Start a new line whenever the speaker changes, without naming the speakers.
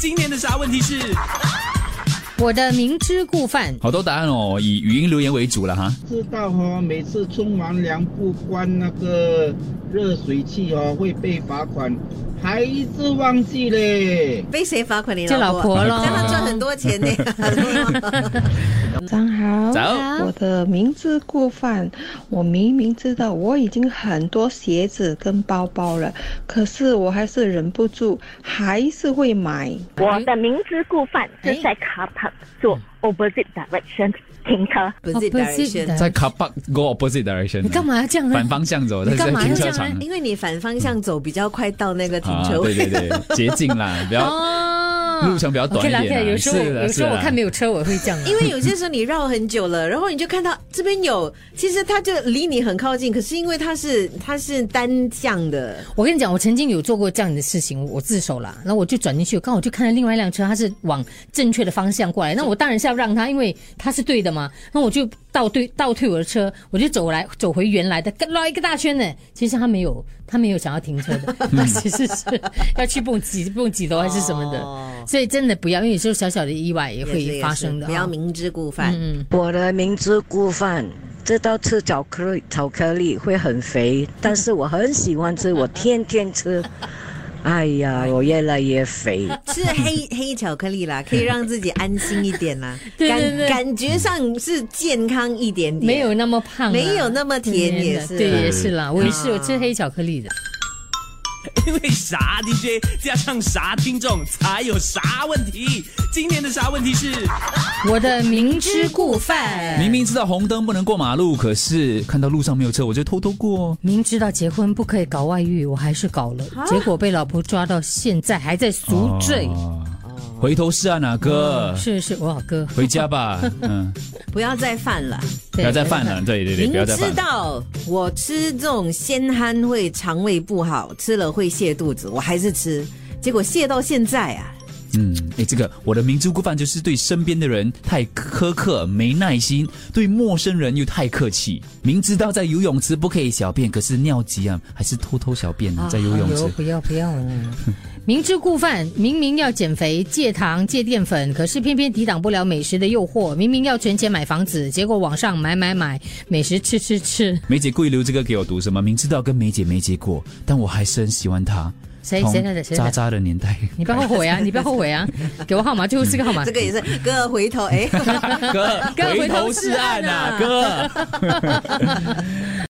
今年的啥问题是？
我的明知故犯，
好多答案哦，以语音留言为主了哈。
知道哦，每次冲完凉不关那个热水器哦，会被罚款，还一直忘记嘞。
被谁罚款？你
就老
婆
婆咯。哦
让他赚很多钱呢。
张豪，
早
啊
我的明知故犯，我明明知道我已经很多鞋子跟包包了，可是我还是忍不住，还是会买。
我的明知故犯是在 car park 做 opposite direction 停车，
不是
Opposite
direction，
direction
在 car park go opposite direction，
你干嘛要这样呢
反？方向走，
你干嘛
在停
要这
车
样呢哎
场
因为你反方向走比较快到那个停
啊，
车
对
位。
对对，捷径 啦，比较
哦
路程比较短
OK
一
啦 o
点
k
啊。
有时候
是啦
有时候我看没
有，
有车，我会这样啊。
因为有些时候你绕很久了，然后你就看到这边有，其实它就离你很靠近，可是因为它是它是单向的，
我跟你讲，我曾经有做过这样的事情，我自首了，然后我就转进去，刚好就看到另外一辆车，它是往正确的方向过来，那我当然是要让它，因为它是对的嘛，那我就倒退倒退我的车，我就走来走回原来的，跟绕一个大圈呢。其实他没有，他没有想要停车的，他其实是要去蹦极蹦极楼还是什么的，
哦
所以真的不要，因为有时候小小的意外也
也是也
会
是
发生的、啊
不要明知故犯。
嗯，
我的明知故犯，知道吃巧克力巧克力会很肥，但是我很喜欢吃，我天天吃。哎呀，我越来越肥。
吃黑黑巧克 力啦，可以让自己安心一点啦，
对对对
感感觉上是健康一点点，
没有那么胖啊、
没有那么甜
的
也是
对
啦
也是啦，我也是有
啊
吃黑巧克力的。
因为啥 DJ 加上啥听众才有啥问题。今年的啥问题是？
我的明知故犯，
明明知道红灯不能过马路，可是看到路上没有车，我就偷偷过。
明知道结婚不可以搞外遇，我还是搞了，结果被老婆抓到，现在还在赎罪。
哦回头是岸啊，哥，
是是，我好哥，
回家吧， 嗯，
不要再犯了。
不
不
要再犯了，。对对对，
明
不要再
知
犯了。
道我吃这种鲜憨会肠胃不好，吃了会泻肚子，我还是吃，结果泻到现 在啊，
嗯，哎，这个我的明知故犯就是对身边的人太苛刻、没耐心，对陌生人又太客气。明知道在游泳池不可以小便，可是尿急啊，还是偷偷小便啊，在游泳
哎呦
池。
不要不要啊！明知故犯， 明明要减肥、戒糖、戒淀粉，可是偏偏抵挡不了美食的诱惑。明明要存钱买房子，结果网上买买买，美食吃吃吃。
梅姐故意留这个给我读什么？明知道跟梅姐没结果，但我还是很喜欢她。
谁
从
谁来的谁来
渣
的
渣的年代，
你不要后悔啊！你不要后悔啊！ 给我号码，最后四个号码
这。个也是哥回头哎。
哥
哥
回头是岸啊，哥。